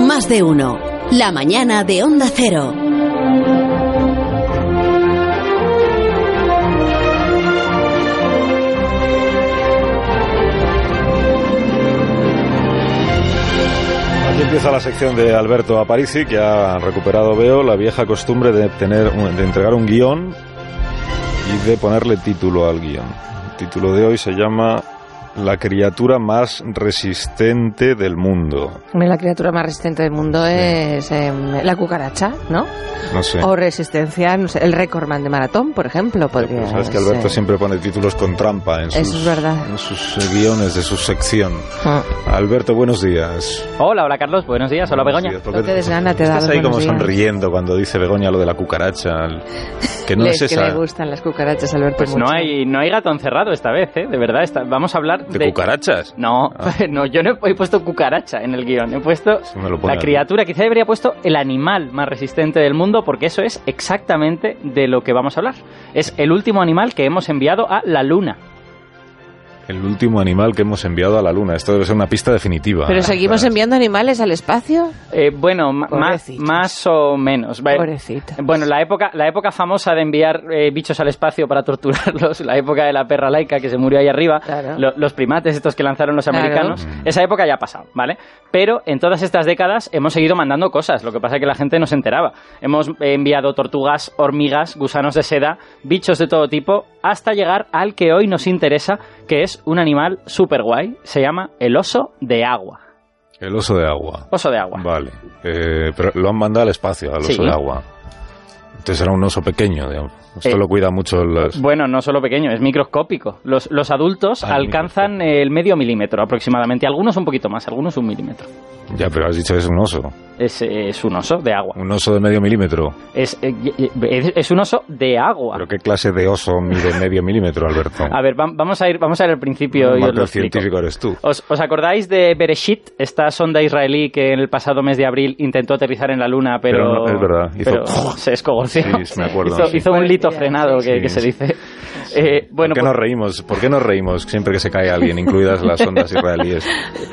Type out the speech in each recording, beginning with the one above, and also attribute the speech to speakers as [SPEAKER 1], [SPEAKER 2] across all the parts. [SPEAKER 1] Más de uno. La mañana de Onda Cero.
[SPEAKER 2] Aquí empieza la sección de Alberto Aparici, que ha recuperado, veo, la vieja costumbre de, tener, un- de entregar un guión y de ponerle título al guión. El título de hoy se llama La criatura más resistente del mundo.
[SPEAKER 3] Hombre, La criatura más resistente del mundo es eh, la cucaracha, ¿no?
[SPEAKER 2] No sé.
[SPEAKER 3] O resistencia, no sé, el récord man de maratón, por ejemplo. Podría
[SPEAKER 4] pues,
[SPEAKER 2] Sabes que Alberto
[SPEAKER 3] ser.
[SPEAKER 2] siempre pone títulos con trampa en
[SPEAKER 3] Eso
[SPEAKER 2] sus,
[SPEAKER 3] es verdad.
[SPEAKER 2] en sus eh, guiones de su sección.
[SPEAKER 3] Ah.
[SPEAKER 2] Alberto, buenos días.
[SPEAKER 4] Hola, hola Carlos, buenos días, hola
[SPEAKER 2] Buenos
[SPEAKER 4] Begoña.
[SPEAKER 2] días. ¿Por
[SPEAKER 3] No
[SPEAKER 2] qué-
[SPEAKER 3] te desgana, te da
[SPEAKER 2] Estás
[SPEAKER 3] los
[SPEAKER 2] ahí como
[SPEAKER 3] buenos días.
[SPEAKER 2] sonriendo cuando dice Begoña lo de la cucaracha. el- Que no
[SPEAKER 3] Le-
[SPEAKER 2] es
[SPEAKER 3] que
[SPEAKER 2] esa.
[SPEAKER 3] le gustan las cucarachas, Alberto.
[SPEAKER 4] Pues no
[SPEAKER 3] mucho.
[SPEAKER 4] hay, no hay gato encerrado esta vez, ¿eh? De verdad, está- vamos a hablar
[SPEAKER 2] ¿De cucarachas?
[SPEAKER 4] No,
[SPEAKER 2] Ah.
[SPEAKER 4] no, yo no he puesto cucaracha en el guión, he puesto
[SPEAKER 2] Eso me lo pone
[SPEAKER 4] la
[SPEAKER 2] a mí.
[SPEAKER 4] criatura, quizá debería puesto el animal más resistente del mundo, porque eso es exactamente de lo que vamos a hablar. Es el último animal que hemos enviado a la luna.
[SPEAKER 2] El último animal que hemos enviado a la luna. Esto debe ser una pista definitiva.
[SPEAKER 3] Pero seguimos
[SPEAKER 2] Claro.
[SPEAKER 3] enviando animales al espacio.
[SPEAKER 4] Eh, bueno, ma- más,
[SPEAKER 3] Pobrecitos.
[SPEAKER 4] más o menos. Va-
[SPEAKER 3] Pobrecito.
[SPEAKER 4] Bueno, la época, la época famosa de enviar eh, bichos al espacio para torturarlos, la época de la perra laica que se murió ahí arriba,
[SPEAKER 3] Claro.
[SPEAKER 4] lo- los primates estos que lanzaron los
[SPEAKER 3] Claro.
[SPEAKER 4] americanos,
[SPEAKER 2] Mm.
[SPEAKER 4] esa época ya ha pasado, ¿vale? Pero en todas estas décadas hemos seguido mandando cosas, lo que pasa es que la gente no se enteraba. Hemos eh, enviado tortugas, hormigas, gusanos de seda, bichos de todo tipo, hasta llegar al que hoy nos interesa, que es un animal súper guay, se llama el oso de agua.
[SPEAKER 2] El oso de agua.
[SPEAKER 4] Oso de agua.
[SPEAKER 2] Vale. Eh, pero lo han mandado al espacio, al oso
[SPEAKER 4] Sí.
[SPEAKER 2] de agua. Entonces era un oso pequeño, digamos. Esto
[SPEAKER 4] Eh,
[SPEAKER 2] lo cuida mucho los...
[SPEAKER 4] Bueno, no solo pequeño, es microscópico. Los, los adultos
[SPEAKER 2] Ah,
[SPEAKER 4] alcanzan el medio milímetro aproximadamente, algunos un poquito más, algunos un milímetro.
[SPEAKER 2] Ya, pero has dicho que es un oso.
[SPEAKER 4] Es, eh, es un oso de agua.
[SPEAKER 2] Un oso de medio milímetro.
[SPEAKER 4] Es, eh, y- y- es, es un oso de agua.
[SPEAKER 2] ¿Pero qué clase de oso mide medio milímetro, Alberto?
[SPEAKER 4] A ver, vam- vamos a ir, vamos a ir al principio y os lo
[SPEAKER 2] Marco
[SPEAKER 4] explico. Oh,
[SPEAKER 2] científico eres tú.
[SPEAKER 4] ¿Os, os acordáis de Bereshit, esta sonda israelí que en el pasado mes de abril intentó aterrizar en la Luna, pero,
[SPEAKER 2] Pero no, es verdad, hizo-
[SPEAKER 4] pero se escogorció?
[SPEAKER 2] Sí, me acuerdo,
[SPEAKER 4] hizo,
[SPEAKER 2] sí.
[SPEAKER 4] hizo un lito frenado
[SPEAKER 2] Sí.
[SPEAKER 4] que, que se dice. Eh, bueno,
[SPEAKER 2] ¿Por qué
[SPEAKER 4] pues-
[SPEAKER 2] nos reímos? ¿Por qué nos reímos siempre que se cae alguien, incluidas las ondas israelíes?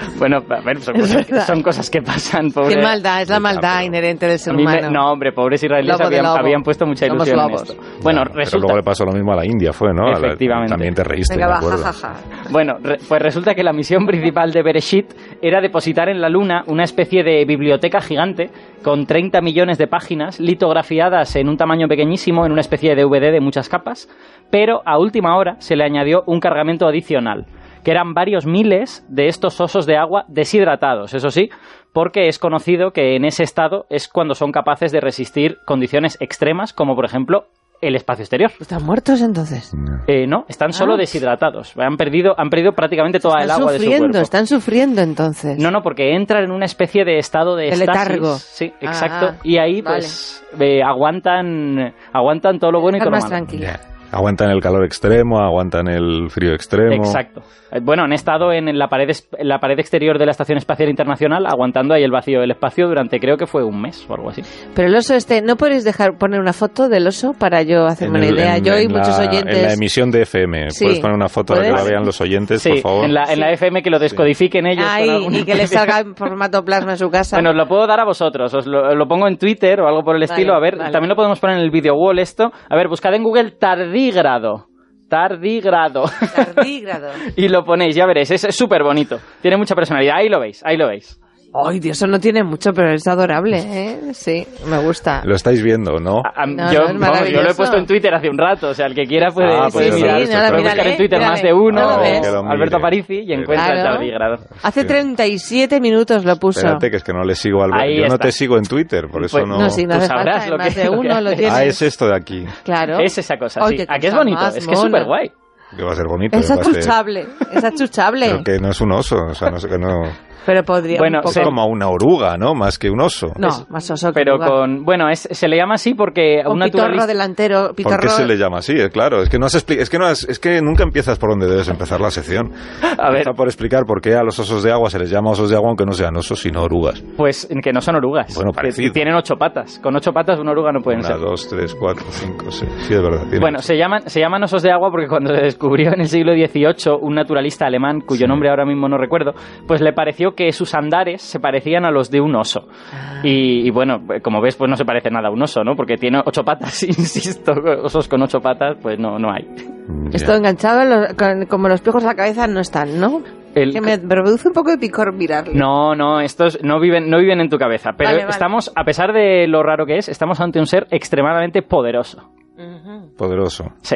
[SPEAKER 4] pues, Bueno, a ver, son, cosas, que-
[SPEAKER 3] verdad.
[SPEAKER 4] son cosas que pasan, pobre.
[SPEAKER 3] Qué maldad, es la
[SPEAKER 2] Ya,
[SPEAKER 3] maldad
[SPEAKER 2] pero-
[SPEAKER 3] inherente del
[SPEAKER 4] A
[SPEAKER 3] ser
[SPEAKER 4] mí me-
[SPEAKER 3] humano.
[SPEAKER 4] no, hombre, pobres israelíes
[SPEAKER 3] Lobo de
[SPEAKER 4] habían,
[SPEAKER 3] lobo.
[SPEAKER 4] habían puesto mucha
[SPEAKER 3] Somos
[SPEAKER 4] ilusión en
[SPEAKER 3] lobos.
[SPEAKER 4] esto. Bueno,
[SPEAKER 2] Ya, pero
[SPEAKER 4] resulta,
[SPEAKER 2] luego le pasó lo mismo a la India, fue, ¿no? A la-
[SPEAKER 4] Efectivamente.
[SPEAKER 2] también te reíste,
[SPEAKER 3] Venga,
[SPEAKER 2] me
[SPEAKER 3] va,
[SPEAKER 2] acuerdo.
[SPEAKER 3] ja, ja, ja.
[SPEAKER 4] bueno, re- pues resulta que la misión principal de Bereshit era depositar en la Luna una especie de biblioteca gigante con 30 millones de páginas litografiadas en un tamaño pequeñísimo, en una especie de DVD de muchas capas, pero a última hora se le añadió un cargamento adicional, que eran varios miles de estos osos de agua deshidratados, eso sí, porque es conocido que en ese estado es cuando son capaces de resistir condiciones extremas, como por ejemplo el espacio exterior.
[SPEAKER 3] ¿Están muertos entonces?
[SPEAKER 2] Mm.
[SPEAKER 4] Eh, no, están solo
[SPEAKER 3] Ah.
[SPEAKER 4] deshidratados. Han perdido, han perdido prácticamente toda el
[SPEAKER 3] Están
[SPEAKER 4] agua de su
[SPEAKER 3] sufriendo,
[SPEAKER 4] cuerpo.
[SPEAKER 3] están sufriendo entonces.
[SPEAKER 4] No, no, porque entran en una especie de estado de,
[SPEAKER 3] De
[SPEAKER 4] estasis.
[SPEAKER 3] letargo.
[SPEAKER 4] Sí,
[SPEAKER 3] Ah,
[SPEAKER 4] exacto. y ahí
[SPEAKER 3] vale.
[SPEAKER 4] pues eh, aguantan, aguantan todo lo bueno y todo
[SPEAKER 3] Estar
[SPEAKER 4] lo
[SPEAKER 3] más
[SPEAKER 4] malo.
[SPEAKER 3] tranquilo.
[SPEAKER 2] Ya. Aguantan el calor extremo, aguantan el frío extremo.
[SPEAKER 4] Exacto. Eh, Bueno, han estado en, en la pared es- en la pared exterior de la Estación Espacial Internacional aguantando ahí el vacío del espacio durante creo que fue un mes o algo así.
[SPEAKER 3] Pero el oso este, ¿no podéis dejar poner una foto del oso para yo hacerme
[SPEAKER 2] el-
[SPEAKER 3] una idea? yo y
[SPEAKER 2] en
[SPEAKER 3] muchos
[SPEAKER 2] la,
[SPEAKER 3] oyentes.
[SPEAKER 2] En la emisión de FM.
[SPEAKER 3] Sí.
[SPEAKER 2] ¿Puedes poner una foto para que
[SPEAKER 3] ¿Puedes?
[SPEAKER 2] la vean los oyentes,
[SPEAKER 4] sí,
[SPEAKER 2] por favor?
[SPEAKER 4] en la, en la FM que lo descodifiquen ellos. con
[SPEAKER 3] Ay,
[SPEAKER 4] alguna
[SPEAKER 3] y que les
[SPEAKER 4] especie de-
[SPEAKER 3] salga en formato plasma en su casa.
[SPEAKER 4] Bueno, os lo puedo dar a vosotros. Os lo, lo pongo en Twitter o algo por el
[SPEAKER 3] Vale,
[SPEAKER 4] estilo. A ver,
[SPEAKER 3] vale.
[SPEAKER 4] también lo podemos poner en el video wall esto. A ver, buscad en Google tardígrado. Tardígrado.
[SPEAKER 3] Tardígrado.
[SPEAKER 4] y lo ponéis, ya veréis. Es es súper bonito. Tiene mucha personalidad. Ahí lo veis, ahí lo veis.
[SPEAKER 3] Ay, Dios, eso no tiene mucho, pero es adorable, ¿eh? Sí, me gusta.
[SPEAKER 2] Lo estáis viendo, ¿no?
[SPEAKER 4] A- a-
[SPEAKER 3] No,
[SPEAKER 4] yo,
[SPEAKER 3] no, es
[SPEAKER 4] vamos,
[SPEAKER 3] maravilloso.
[SPEAKER 4] yo lo he puesto en Twitter hace un rato. O sea, el que quiera puede,
[SPEAKER 2] Ah,
[SPEAKER 3] pues
[SPEAKER 4] puede
[SPEAKER 3] sí,
[SPEAKER 4] mirar.
[SPEAKER 3] sí, nada,
[SPEAKER 4] puede buscar
[SPEAKER 3] mírale,
[SPEAKER 4] en Twitter
[SPEAKER 3] mírale.
[SPEAKER 4] más de uno.
[SPEAKER 3] No lo
[SPEAKER 4] o
[SPEAKER 3] ves.
[SPEAKER 2] Que lo mire.
[SPEAKER 4] Alberto Aparici y encuentra el
[SPEAKER 3] Claro.
[SPEAKER 4] tardígrado.
[SPEAKER 3] Hace
[SPEAKER 2] Sí.
[SPEAKER 3] 37 minutos lo puso.
[SPEAKER 2] Espérate, que es que no le sigo al
[SPEAKER 4] Ahí
[SPEAKER 2] Yo no
[SPEAKER 4] está.
[SPEAKER 2] te sigo en Twitter, por eso
[SPEAKER 4] Pues-
[SPEAKER 2] no.
[SPEAKER 3] no, sí, no
[SPEAKER 4] Tú
[SPEAKER 3] hace
[SPEAKER 4] sabrás
[SPEAKER 3] falta, ¿eh?
[SPEAKER 4] lo
[SPEAKER 3] más
[SPEAKER 4] que-
[SPEAKER 3] de
[SPEAKER 4] lo que
[SPEAKER 3] uno lo
[SPEAKER 4] haces.
[SPEAKER 3] tienes.
[SPEAKER 2] ah, es esto de aquí.
[SPEAKER 3] Claro.
[SPEAKER 4] Es esa cosa,
[SPEAKER 3] Ay,
[SPEAKER 4] sí.
[SPEAKER 3] qué
[SPEAKER 4] Aquí es
[SPEAKER 3] cosa
[SPEAKER 4] bonito,
[SPEAKER 3] más
[SPEAKER 4] es que es
[SPEAKER 3] mona.
[SPEAKER 4] súper guay.
[SPEAKER 2] que va a ser bonito.
[SPEAKER 3] Es
[SPEAKER 2] va a ser-
[SPEAKER 3] achuchable, es achuchable.
[SPEAKER 2] Pero que no es un oso, o sea, no, sé, que no-
[SPEAKER 3] Pero podría
[SPEAKER 4] Bueno,
[SPEAKER 3] un poco...
[SPEAKER 2] es como una oruga, ¿no? Más que un oso.
[SPEAKER 3] No, más oso que
[SPEAKER 4] Pero
[SPEAKER 3] lugar.
[SPEAKER 4] con. Bueno, es- se le llama así porque a
[SPEAKER 3] Con
[SPEAKER 4] un
[SPEAKER 3] pitorro
[SPEAKER 4] naturalista.
[SPEAKER 3] delantero, pitorro...
[SPEAKER 2] ¿Por qué se le llama así? Eh, Claro, es que no has expli- es que no has- es que nunca empiezas por donde debes empezar la sección.
[SPEAKER 4] A ver,
[SPEAKER 2] Empieza por explicar por qué a los osos de agua se les llama osos de agua aunque no sean osos sino orugas.
[SPEAKER 4] pues que no son orugas.
[SPEAKER 2] Bueno,
[SPEAKER 4] Que-
[SPEAKER 2] parecido.
[SPEAKER 4] que tienen ocho patas. Con ocho patas una oruga no pueden
[SPEAKER 2] Una,
[SPEAKER 4] ser.
[SPEAKER 2] dos, tres, cuatro, cinco, seis. Sí, es verdad. tiene
[SPEAKER 4] Bueno,
[SPEAKER 2] ocho.
[SPEAKER 4] se llaman, se llaman osos de agua porque cuando se descubrió en el siglo XVIII un naturalista alemán, cuyo nombre ahora mismo no recuerdo, pues le pareció que sus andares se parecían a los de un oso.
[SPEAKER 3] Ah.
[SPEAKER 4] Y, y bueno, como ves, pues no se parece nada a un oso, ¿no? Porque tiene ocho patas, insisto, osos con ocho patas, pues no, no hay.
[SPEAKER 2] Mm, Ya.
[SPEAKER 3] Esto enganchado, en los- con- como los piojos a la cabeza no están, ¿no?
[SPEAKER 4] El-
[SPEAKER 3] Que me produce un poco de picor mirarlo.
[SPEAKER 4] No, no, estos no viven, no viven en tu cabeza. Pero
[SPEAKER 3] Vale, vale.
[SPEAKER 4] estamos, a pesar de lo raro que es, estamos ante un ser extremadamente poderoso.
[SPEAKER 3] Ujú.
[SPEAKER 2] Poderoso.
[SPEAKER 4] Sí.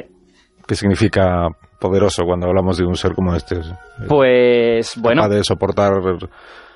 [SPEAKER 2] ¿Qué significa poderoso cuando hablamos de un ser como este?
[SPEAKER 4] Pues bueno.
[SPEAKER 2] Capaz de soportar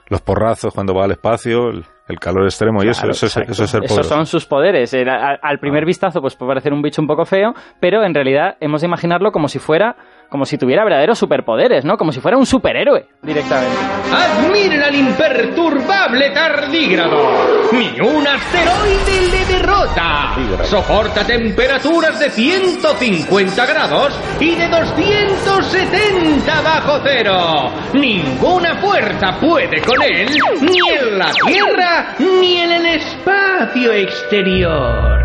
[SPEAKER 2] los porrazos cuando va al espacio, el, el calor extremo y eso,
[SPEAKER 4] Claro,
[SPEAKER 2] eso, es-
[SPEAKER 4] exacto.
[SPEAKER 2] eso es ser
[SPEAKER 4] Esos
[SPEAKER 2] poderoso. Ah.
[SPEAKER 4] son sus poderes. Era- a- al primer vistazo, pues puede parecer un bicho un poco feo, pero en realidad hemos de imaginarlo como si fuera, como si tuviera verdaderos superpoderes, ¿no? Como si fuera un superhéroe directamente.
[SPEAKER 5] Admiren al imperturbable tardígrado. Ni un asteroide le derrota.
[SPEAKER 2] Tardígrado.
[SPEAKER 5] Soporta temperaturas de 150 grados y de 270 bajo cero. Ninguna fuerza puede con él, ni en la Tierra, ni en el espacio exterior.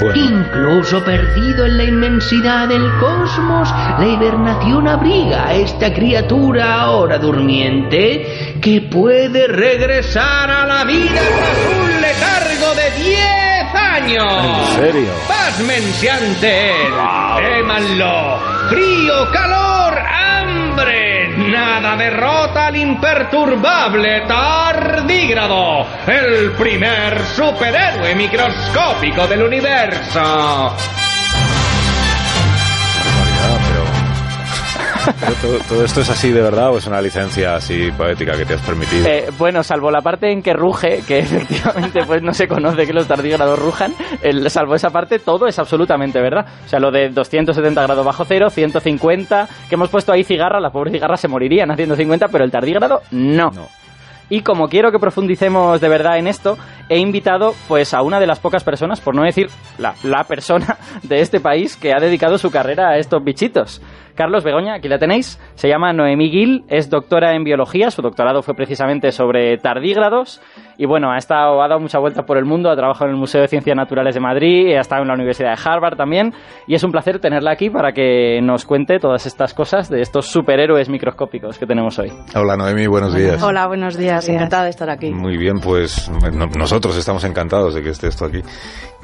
[SPEAKER 2] Bueno,
[SPEAKER 5] Incluso perdido en la inmensidad del cosmos, la hibernación abriga a esta criatura ahora durmiente que puede regresar a la vida tras un letargo de 10 años.
[SPEAKER 2] ¿En serio?
[SPEAKER 5] Pasmense ante él. Témanlo. Frío, calor, hambre. Nada derrota al imperturbable tardígrado. El primer superhéroe microscópico del universo.
[SPEAKER 2] barbaridad, pero- pero todo, todo esto es así de verdad o es una licencia así poética que te has permitido?
[SPEAKER 4] Eh, bueno, salvo la parte en que ruge, que efectivamente pues no se conoce que los tardígrados rujan, el- salvo esa parte, todo es absolutamente verdad. O sea, lo de 270 grados bajo cero, 150, que hemos puesto ahí cigarra, las pobres cigarras se morirían a 150, pero el tardígrado no.
[SPEAKER 2] No.
[SPEAKER 4] Y como quiero que profundicemos de verdad en esto, he invitado pues a una de las pocas personas, por no decir la, la persona de este país que ha dedicado su carrera a estos bichitos. Carlos Begoña, aquí la tenéis, se llama Noemí Gil, es doctora en biología, su doctorado fue precisamente sobre tardígrados y bueno, ha estado ha dado mucha vuelta por el mundo, ha trabajado en el Museo de Ciencias Naturales de Madrid, ha estado en la Universidad de Harvard también y es un placer tenerla aquí para que nos cuente todas estas cosas de estos superhéroes microscópicos que tenemos hoy.
[SPEAKER 2] Hola Noemi, buenos días.
[SPEAKER 6] Hola, buenos días. Encantada de estar aquí.
[SPEAKER 2] Muy bien, pues no- nosotros estamos encantados de que esté esto aquí.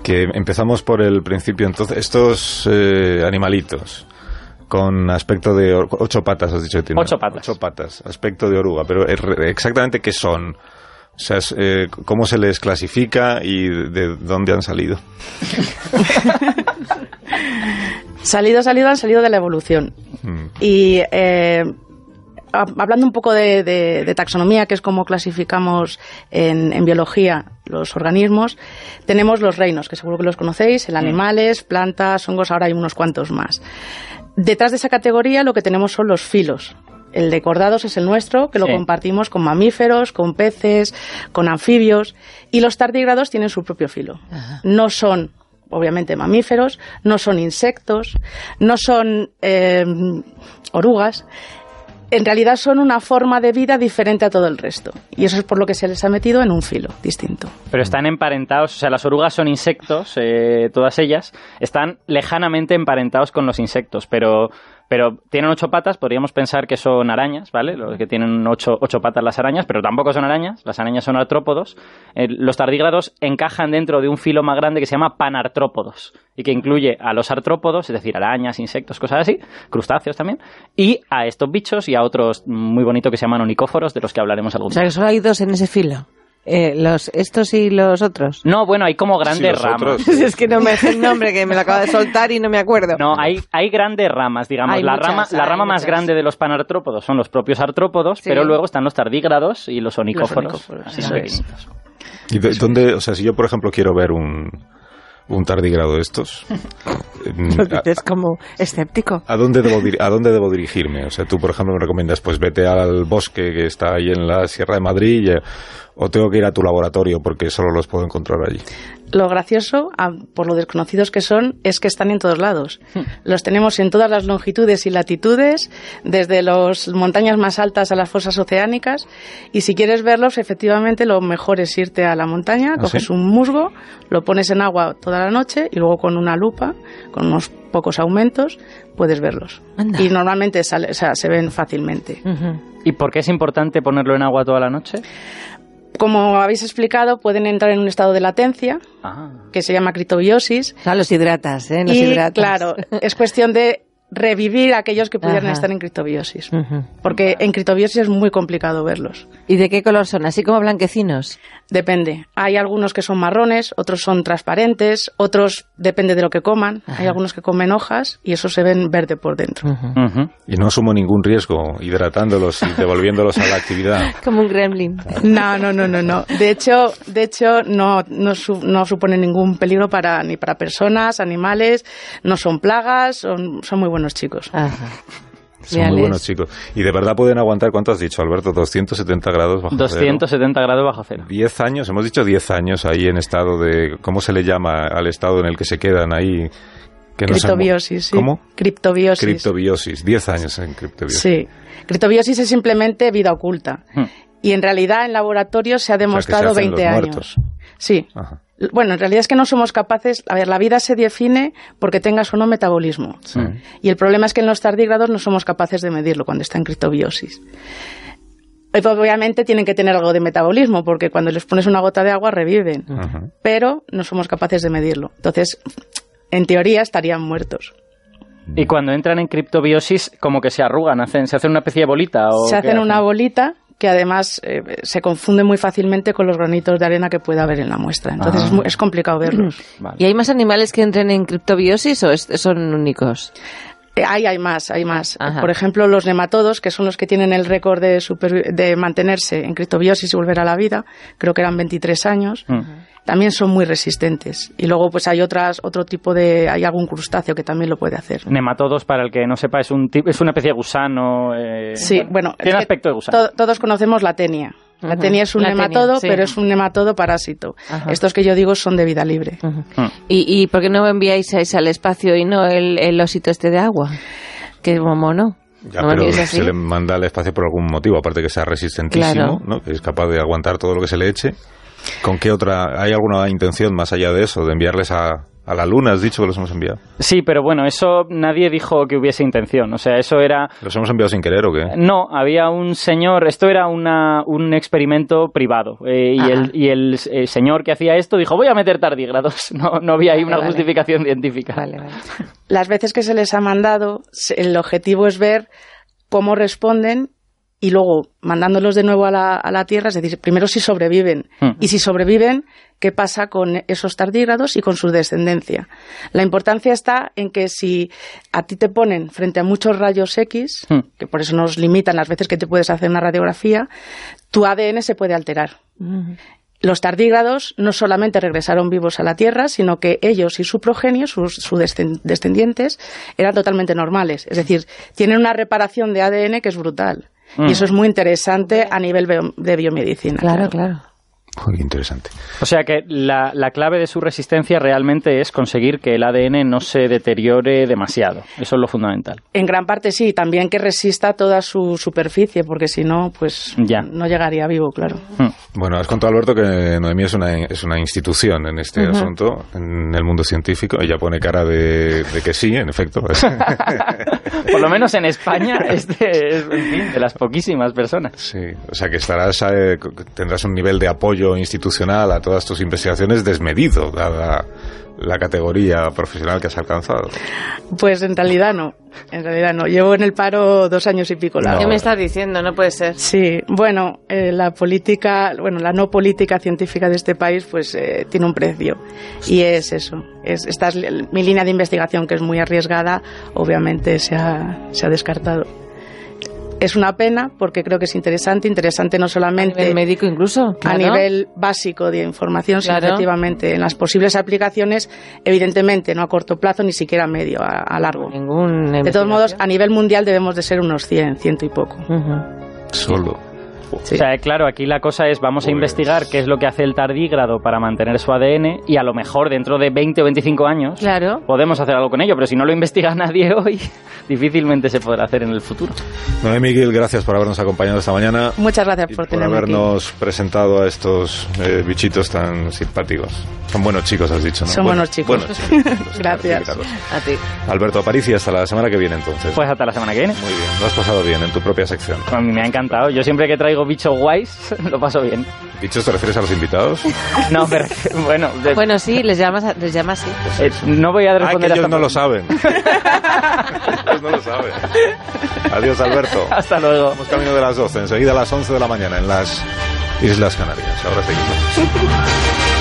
[SPEAKER 2] Que empezamos por el principio, entonces, estos eh, animalitos con aspecto de or- ocho patas, has dicho que tienen.
[SPEAKER 4] Ocho patas.
[SPEAKER 2] Ocho patas, aspecto de oruga, pero eh, re- exactamente qué son. O sea, es, eh, cómo se les clasifica y de dónde han salido.
[SPEAKER 6] Salido, salido, han salido de la evolución.
[SPEAKER 2] Mm.
[SPEAKER 6] Y eh, ha- hablando un poco de, de- de taxonomía, que es como clasificamos en, en biología los organismos, tenemos los reinos, que seguro que los conocéis, en animales, plantas, hongos, ahora hay unos cuantos más. Detrás de esa categoría lo que tenemos son los filos. El de cordados es el nuestro, que lo
[SPEAKER 4] Sí.
[SPEAKER 6] compartimos con mamíferos, con peces, con anfibios. Y los tardígrados tienen su propio filo. No son, obviamente, mamíferos, no son insectos, no son eh, orugas. En realidad son una forma de vida diferente a todo el resto. Y eso es por lo que se les ha metido en un filo distinto.
[SPEAKER 4] Pero
[SPEAKER 2] Mm.
[SPEAKER 4] están emparentados, o sea, las orugas son insectos, eh, todas ellas, están lejanamente emparentados con los insectos, pero, pero tienen ocho patas, podríamos pensar que son arañas, ¿vale? Los que tienen ocho, ocho patas las arañas, pero tampoco son arañas, las arañas son artrópodos. Eh, los tardígrados encajan dentro de un filo más grande que se llama panartrópodos, y que incluye a los artrópodos, es decir, arañas, insectos, cosas así, crustáceos también, y a estos bichos y a otros muy bonitos que se llaman onicóforos, de los que hablaremos algún
[SPEAKER 3] O
[SPEAKER 4] día.
[SPEAKER 3] sea, que solo hay dos en ese filo. Eh, los Estos y los otros.
[SPEAKER 4] No, bueno, hay como grandes
[SPEAKER 2] los
[SPEAKER 4] ramas.
[SPEAKER 2] otros.
[SPEAKER 3] es que no me sé el nombre, que me lo acaba de soltar y no me acuerdo.
[SPEAKER 4] No, hay, hay grandes ramas, digamos.
[SPEAKER 3] Hay
[SPEAKER 4] la,
[SPEAKER 3] muchas,
[SPEAKER 4] rama, la
[SPEAKER 3] hay
[SPEAKER 4] rama más
[SPEAKER 3] muchas.
[SPEAKER 4] grande de los panartrópodos son los propios artrópodos,
[SPEAKER 3] Sí.
[SPEAKER 4] pero luego están los tardígrados y los onicóforos.
[SPEAKER 6] onicóforos,
[SPEAKER 4] así
[SPEAKER 6] eso es.
[SPEAKER 4] pequeñitos.
[SPEAKER 2] ¿Y de- dónde, o sea, si yo, por ejemplo, quiero ver un, un tardígrado de estos, mm,
[SPEAKER 7] Lo dices como escéptico.
[SPEAKER 2] ¿A dónde, debo dir- ¿A dónde debo dirigirme? O sea, tú, por ejemplo, me recomiendas, pues vete al bosque que está ahí en la Sierra de Madrid eh, o tengo que ir a tu laboratorio porque solo los puedo encontrar allí.
[SPEAKER 6] Lo gracioso, a- por lo desconocidos que son, es que están en todos lados.
[SPEAKER 2] Hmm.
[SPEAKER 6] Los tenemos en todas las longitudes y latitudes, desde las montañas más altas a las fosas oceánicas. Y si quieres verlos, efectivamente, lo mejor es irte a la montaña,
[SPEAKER 2] ¿Ah,
[SPEAKER 6] coges
[SPEAKER 2] sí?
[SPEAKER 6] un musgo, lo pones en agua toda la noche y luego con una lupa, con unos pocos aumentos, puedes verlos.
[SPEAKER 7] Anda.
[SPEAKER 6] Y normalmente sale- o sea, se ven fácilmente.
[SPEAKER 7] Ujú.
[SPEAKER 4] ¿Y por qué es importante ponerlo en agua toda la noche?
[SPEAKER 6] Como habéis explicado, pueden entrar en un estado de latencia,
[SPEAKER 4] Ah.
[SPEAKER 6] que se llama criptobiosis,
[SPEAKER 7] O sea, los hidratas, ¿eh? Los
[SPEAKER 6] y
[SPEAKER 7] hidratas.
[SPEAKER 6] claro, es cuestión de revivir a aquellos que pudieran
[SPEAKER 7] Ajá. Mm.
[SPEAKER 6] estar en criptobiosis.
[SPEAKER 7] Ujú.
[SPEAKER 6] Porque en criptobiosis es muy complicado verlos.
[SPEAKER 7] ¿Y de qué color son? Así como blanquecinos.
[SPEAKER 6] Depende. Hay algunos que son marrones, otros son transparentes, otros depende de lo que coman.
[SPEAKER 7] Ajá.
[SPEAKER 6] Hay algunos que comen hojas y esos se ven verde por dentro.
[SPEAKER 7] Ujú.
[SPEAKER 4] Ujú.
[SPEAKER 2] Y no asumo ningún riesgo hidratándolos y devolviéndolos a la actividad.
[SPEAKER 7] Como un gremlin.
[SPEAKER 6] No, no, no, no, no. De hecho, de hecho no, no, su- no supone ningún peligro para ni para personas, animales, no son plagas, son, son muy buenos chicos.
[SPEAKER 7] Ajá.
[SPEAKER 2] Son
[SPEAKER 7] Ya
[SPEAKER 2] muy
[SPEAKER 7] les-
[SPEAKER 2] buenos chicos. Y de verdad pueden aguantar, ¿cuánto has dicho, Alberto? 270 grados bajo cero.
[SPEAKER 4] 270 grados bajo cero.
[SPEAKER 2] 10 años, hemos dicho 10 años ahí en estado de... ¿Cómo se le llama al estado en el que se quedan ahí? Que no se han mu-
[SPEAKER 6] Criptobiosis, sí.
[SPEAKER 2] ¿Cómo?
[SPEAKER 6] Criptobiosis.
[SPEAKER 2] Criptobiosis. 10 años en criptobiosis.
[SPEAKER 6] Sí. Criptobiosis es simplemente vida oculta.
[SPEAKER 4] Hmm.
[SPEAKER 6] Y en realidad en laboratorio se ha
[SPEAKER 2] que se
[SPEAKER 6] demostrado
[SPEAKER 2] hacen los
[SPEAKER 6] 20
[SPEAKER 2] muertos.
[SPEAKER 6] años. Sí.
[SPEAKER 2] Ajá.
[SPEAKER 6] L- Bueno, en realidad es que no somos capaces. A ver, la vida se define porque tengas o no metabolismo. Y el problema es que en los tardígrados no somos capaces de medirlo cuando está en criptobiosis. Eh, pues, Obviamente tienen que tener algo de metabolismo porque cuando les pones una gota de agua reviven.
[SPEAKER 2] Ujú.
[SPEAKER 6] Pero no somos capaces de medirlo. Entonces, en teoría estarían muertos.
[SPEAKER 4] Y cuando entran en criptobiosis, como que se arrugan, hacen, se hacen una especie de bolita. ¿o
[SPEAKER 6] se
[SPEAKER 4] qué
[SPEAKER 6] hacen una bolita que además eh, se confunde muy fácilmente con los granitos de arena que pueda haber en la muestra. Entonces
[SPEAKER 4] Ah.
[SPEAKER 6] es, muy- es complicado verlos.
[SPEAKER 4] Vale.
[SPEAKER 7] ¿Y hay más animales que entren en criptobiosis o es- son únicos?
[SPEAKER 6] Eh, Ahí hay más, hay más.
[SPEAKER 7] Ajá.
[SPEAKER 6] Por ejemplo, los nematodos, que son los que tienen el récord de, supervi- de mantenerse en criptobiosis y volver a la vida, creo que eran 23 años,
[SPEAKER 4] Mm.
[SPEAKER 6] también son muy resistentes. Y luego pues hay otras, otro tipo de, hay algún crustáceo que también lo puede hacer.
[SPEAKER 4] Nematodos, para el que no sepa, es un tip- es una especie de gusano. eh,
[SPEAKER 6] Sí, bueno,
[SPEAKER 4] Tiene
[SPEAKER 6] eh,
[SPEAKER 4] aspecto de gusano.
[SPEAKER 6] to- todos conocemos la tenia. La
[SPEAKER 7] Ujú.
[SPEAKER 6] tenia es un
[SPEAKER 7] La tenia,
[SPEAKER 6] nematodo,
[SPEAKER 7] sí.
[SPEAKER 6] pero es un nematodo parásito.
[SPEAKER 7] Ajá.
[SPEAKER 6] Estos que yo digo son de vida libre.
[SPEAKER 2] Mm.
[SPEAKER 7] ¿Y, y por qué no enviáis a ese al espacio y no el, el osito este de agua? Que como no.
[SPEAKER 2] Ya,
[SPEAKER 7] ¿No me
[SPEAKER 2] pero
[SPEAKER 7] enviáis así?
[SPEAKER 2] se le manda al espacio por algún motivo, aparte que sea resistentísimo,
[SPEAKER 7] Claro.
[SPEAKER 2] ¿no? que es capaz de aguantar todo lo que se le eche. ¿Con qué otra? ¿Hay alguna intención más allá de eso, de enviarles a, a la luna? Has dicho que los hemos enviado.
[SPEAKER 4] Sí, pero bueno, eso nadie dijo que hubiese intención. O sea, eso era.
[SPEAKER 2] ¿Los hemos enviado sin querer o qué?
[SPEAKER 4] No, había un señor, esto era una, un experimento privado eh, y,
[SPEAKER 7] Ajá.
[SPEAKER 4] el, y el, eh, señor que hacía esto dijo voy a meter tardígrados, no, no había ahí
[SPEAKER 7] Vale,
[SPEAKER 4] una
[SPEAKER 7] vale.
[SPEAKER 4] justificación científica.
[SPEAKER 7] Vale, vale.
[SPEAKER 6] Las veces que se les ha mandado, se- el objetivo es ver cómo responden y luego mandándolos de nuevo a la, a la Tierra, es decir, primero si sobreviven
[SPEAKER 4] Ujú.
[SPEAKER 6] y si sobreviven, qué pasa con esos tardígrados y con su descendencia. La importancia está en que si a ti te ponen frente a muchos rayos X,
[SPEAKER 4] Ujú.
[SPEAKER 6] que por eso nos limitan las veces que te puedes hacer una radiografía, tu ADN se puede alterar. Los tardígrados no solamente regresaron vivos a la Tierra, sino que ellos y su progenio, sus, sus descen- descendientes, eran totalmente normales. Es decir, tienen una reparación de ADN que es brutal.
[SPEAKER 4] Mm.
[SPEAKER 6] Y eso es muy interesante a nivel bio- de biomedicina.
[SPEAKER 7] Claro, claro.
[SPEAKER 2] Uy, qué interesante.
[SPEAKER 4] O sea que la, la clave de su resistencia realmente es conseguir que el ADN no se deteriore demasiado. Eso es lo fundamental.
[SPEAKER 6] En gran parte sí, también que resista toda su superficie, porque si no, pues
[SPEAKER 4] Ya.
[SPEAKER 6] no llegaría vivo, claro.
[SPEAKER 2] Bueno, has contado, Alberto, que Noemí es una, es una institución en este asunto, en el mundo científico. Ella pone cara de, de que sí, en efecto.
[SPEAKER 4] Por lo menos en España, este es en fin, de las poquísimas personas.
[SPEAKER 2] Sí, o sea que estarás, eh, c- tendrás un nivel de apoyo institucional a todas tus investigaciones desmedido, dada la categoría profesional que has alcanzado.
[SPEAKER 6] Pues en realidad no, en realidad no. Llevo en el paro dos años y pico. la
[SPEAKER 2] No.
[SPEAKER 7] ¿Qué me estás diciendo? No puede ser.
[SPEAKER 6] Sí, bueno, eh, la política, bueno, la no política científica de este país, pues eh, tiene un precio. Y es eso. Es, esta es l- mi línea de investigación, que es muy arriesgada, obviamente se ha, se ha descartado. Es una pena porque creo que es interesante, interesante no solamente
[SPEAKER 7] El médico incluso.
[SPEAKER 6] a
[SPEAKER 7] claro.
[SPEAKER 6] nivel básico de información, sino
[SPEAKER 7] Claro.
[SPEAKER 6] efectivamente en las posibles aplicaciones, evidentemente no a corto plazo ni siquiera a medio, a, a largo.
[SPEAKER 7] Ningún
[SPEAKER 6] De todos modos, a nivel mundial debemos de ser unos 100, ciento y poco.
[SPEAKER 7] Ujú.
[SPEAKER 2] Solo.
[SPEAKER 6] Sí.
[SPEAKER 4] O sea, claro, aquí la cosa es, vamos a
[SPEAKER 2] Pues-
[SPEAKER 4] investigar qué es lo que hace el tardígrado para mantener su ADN y a lo mejor dentro de 20 o 25 años
[SPEAKER 7] Claro.
[SPEAKER 4] podemos hacer algo con ello, pero si no lo investiga nadie hoy, difícilmente se podrá hacer en el futuro.
[SPEAKER 2] Noemí Gil, gracias por habernos acompañado esta mañana
[SPEAKER 6] Muchas gracias
[SPEAKER 2] y
[SPEAKER 6] por
[SPEAKER 2] por,
[SPEAKER 6] tenerme aquí.
[SPEAKER 2] habernos presentado a estos eh, bichitos tan simpáticos. Son buenos chicos, has dicho, ¿no?
[SPEAKER 6] Son
[SPEAKER 2] Bueno,
[SPEAKER 6] buenos chicos.
[SPEAKER 2] buenos chicos, los
[SPEAKER 6] Gracias.
[SPEAKER 2] certificados.
[SPEAKER 7] A ti.
[SPEAKER 2] Alberto Aparici, hasta la semana que viene entonces.
[SPEAKER 4] Pues hasta la semana que viene.
[SPEAKER 2] Muy bien, lo has pasado bien en tu propia sección.
[SPEAKER 4] A mí me ha encantado. Yo siempre que traigo bichos guays, lo paso bien.
[SPEAKER 2] ¿Bichos te refieres a los invitados?
[SPEAKER 4] No, pero bueno, de-
[SPEAKER 7] Bueno, sí, les llamas, a- les llamas así.
[SPEAKER 4] eh, no voy a
[SPEAKER 2] Ah, que
[SPEAKER 4] responder
[SPEAKER 2] ellos
[SPEAKER 4] hasta-
[SPEAKER 2] no lo saben. ellos no lo saben. Adiós, Alberto.
[SPEAKER 4] Hasta luego.
[SPEAKER 2] Estamos camino de las 12, enseguida a las 11 de la mañana en las Islas Canarias. Ahora seguimos.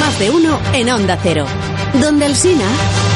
[SPEAKER 1] Más de uno en Onda Cero. Donde Alsina.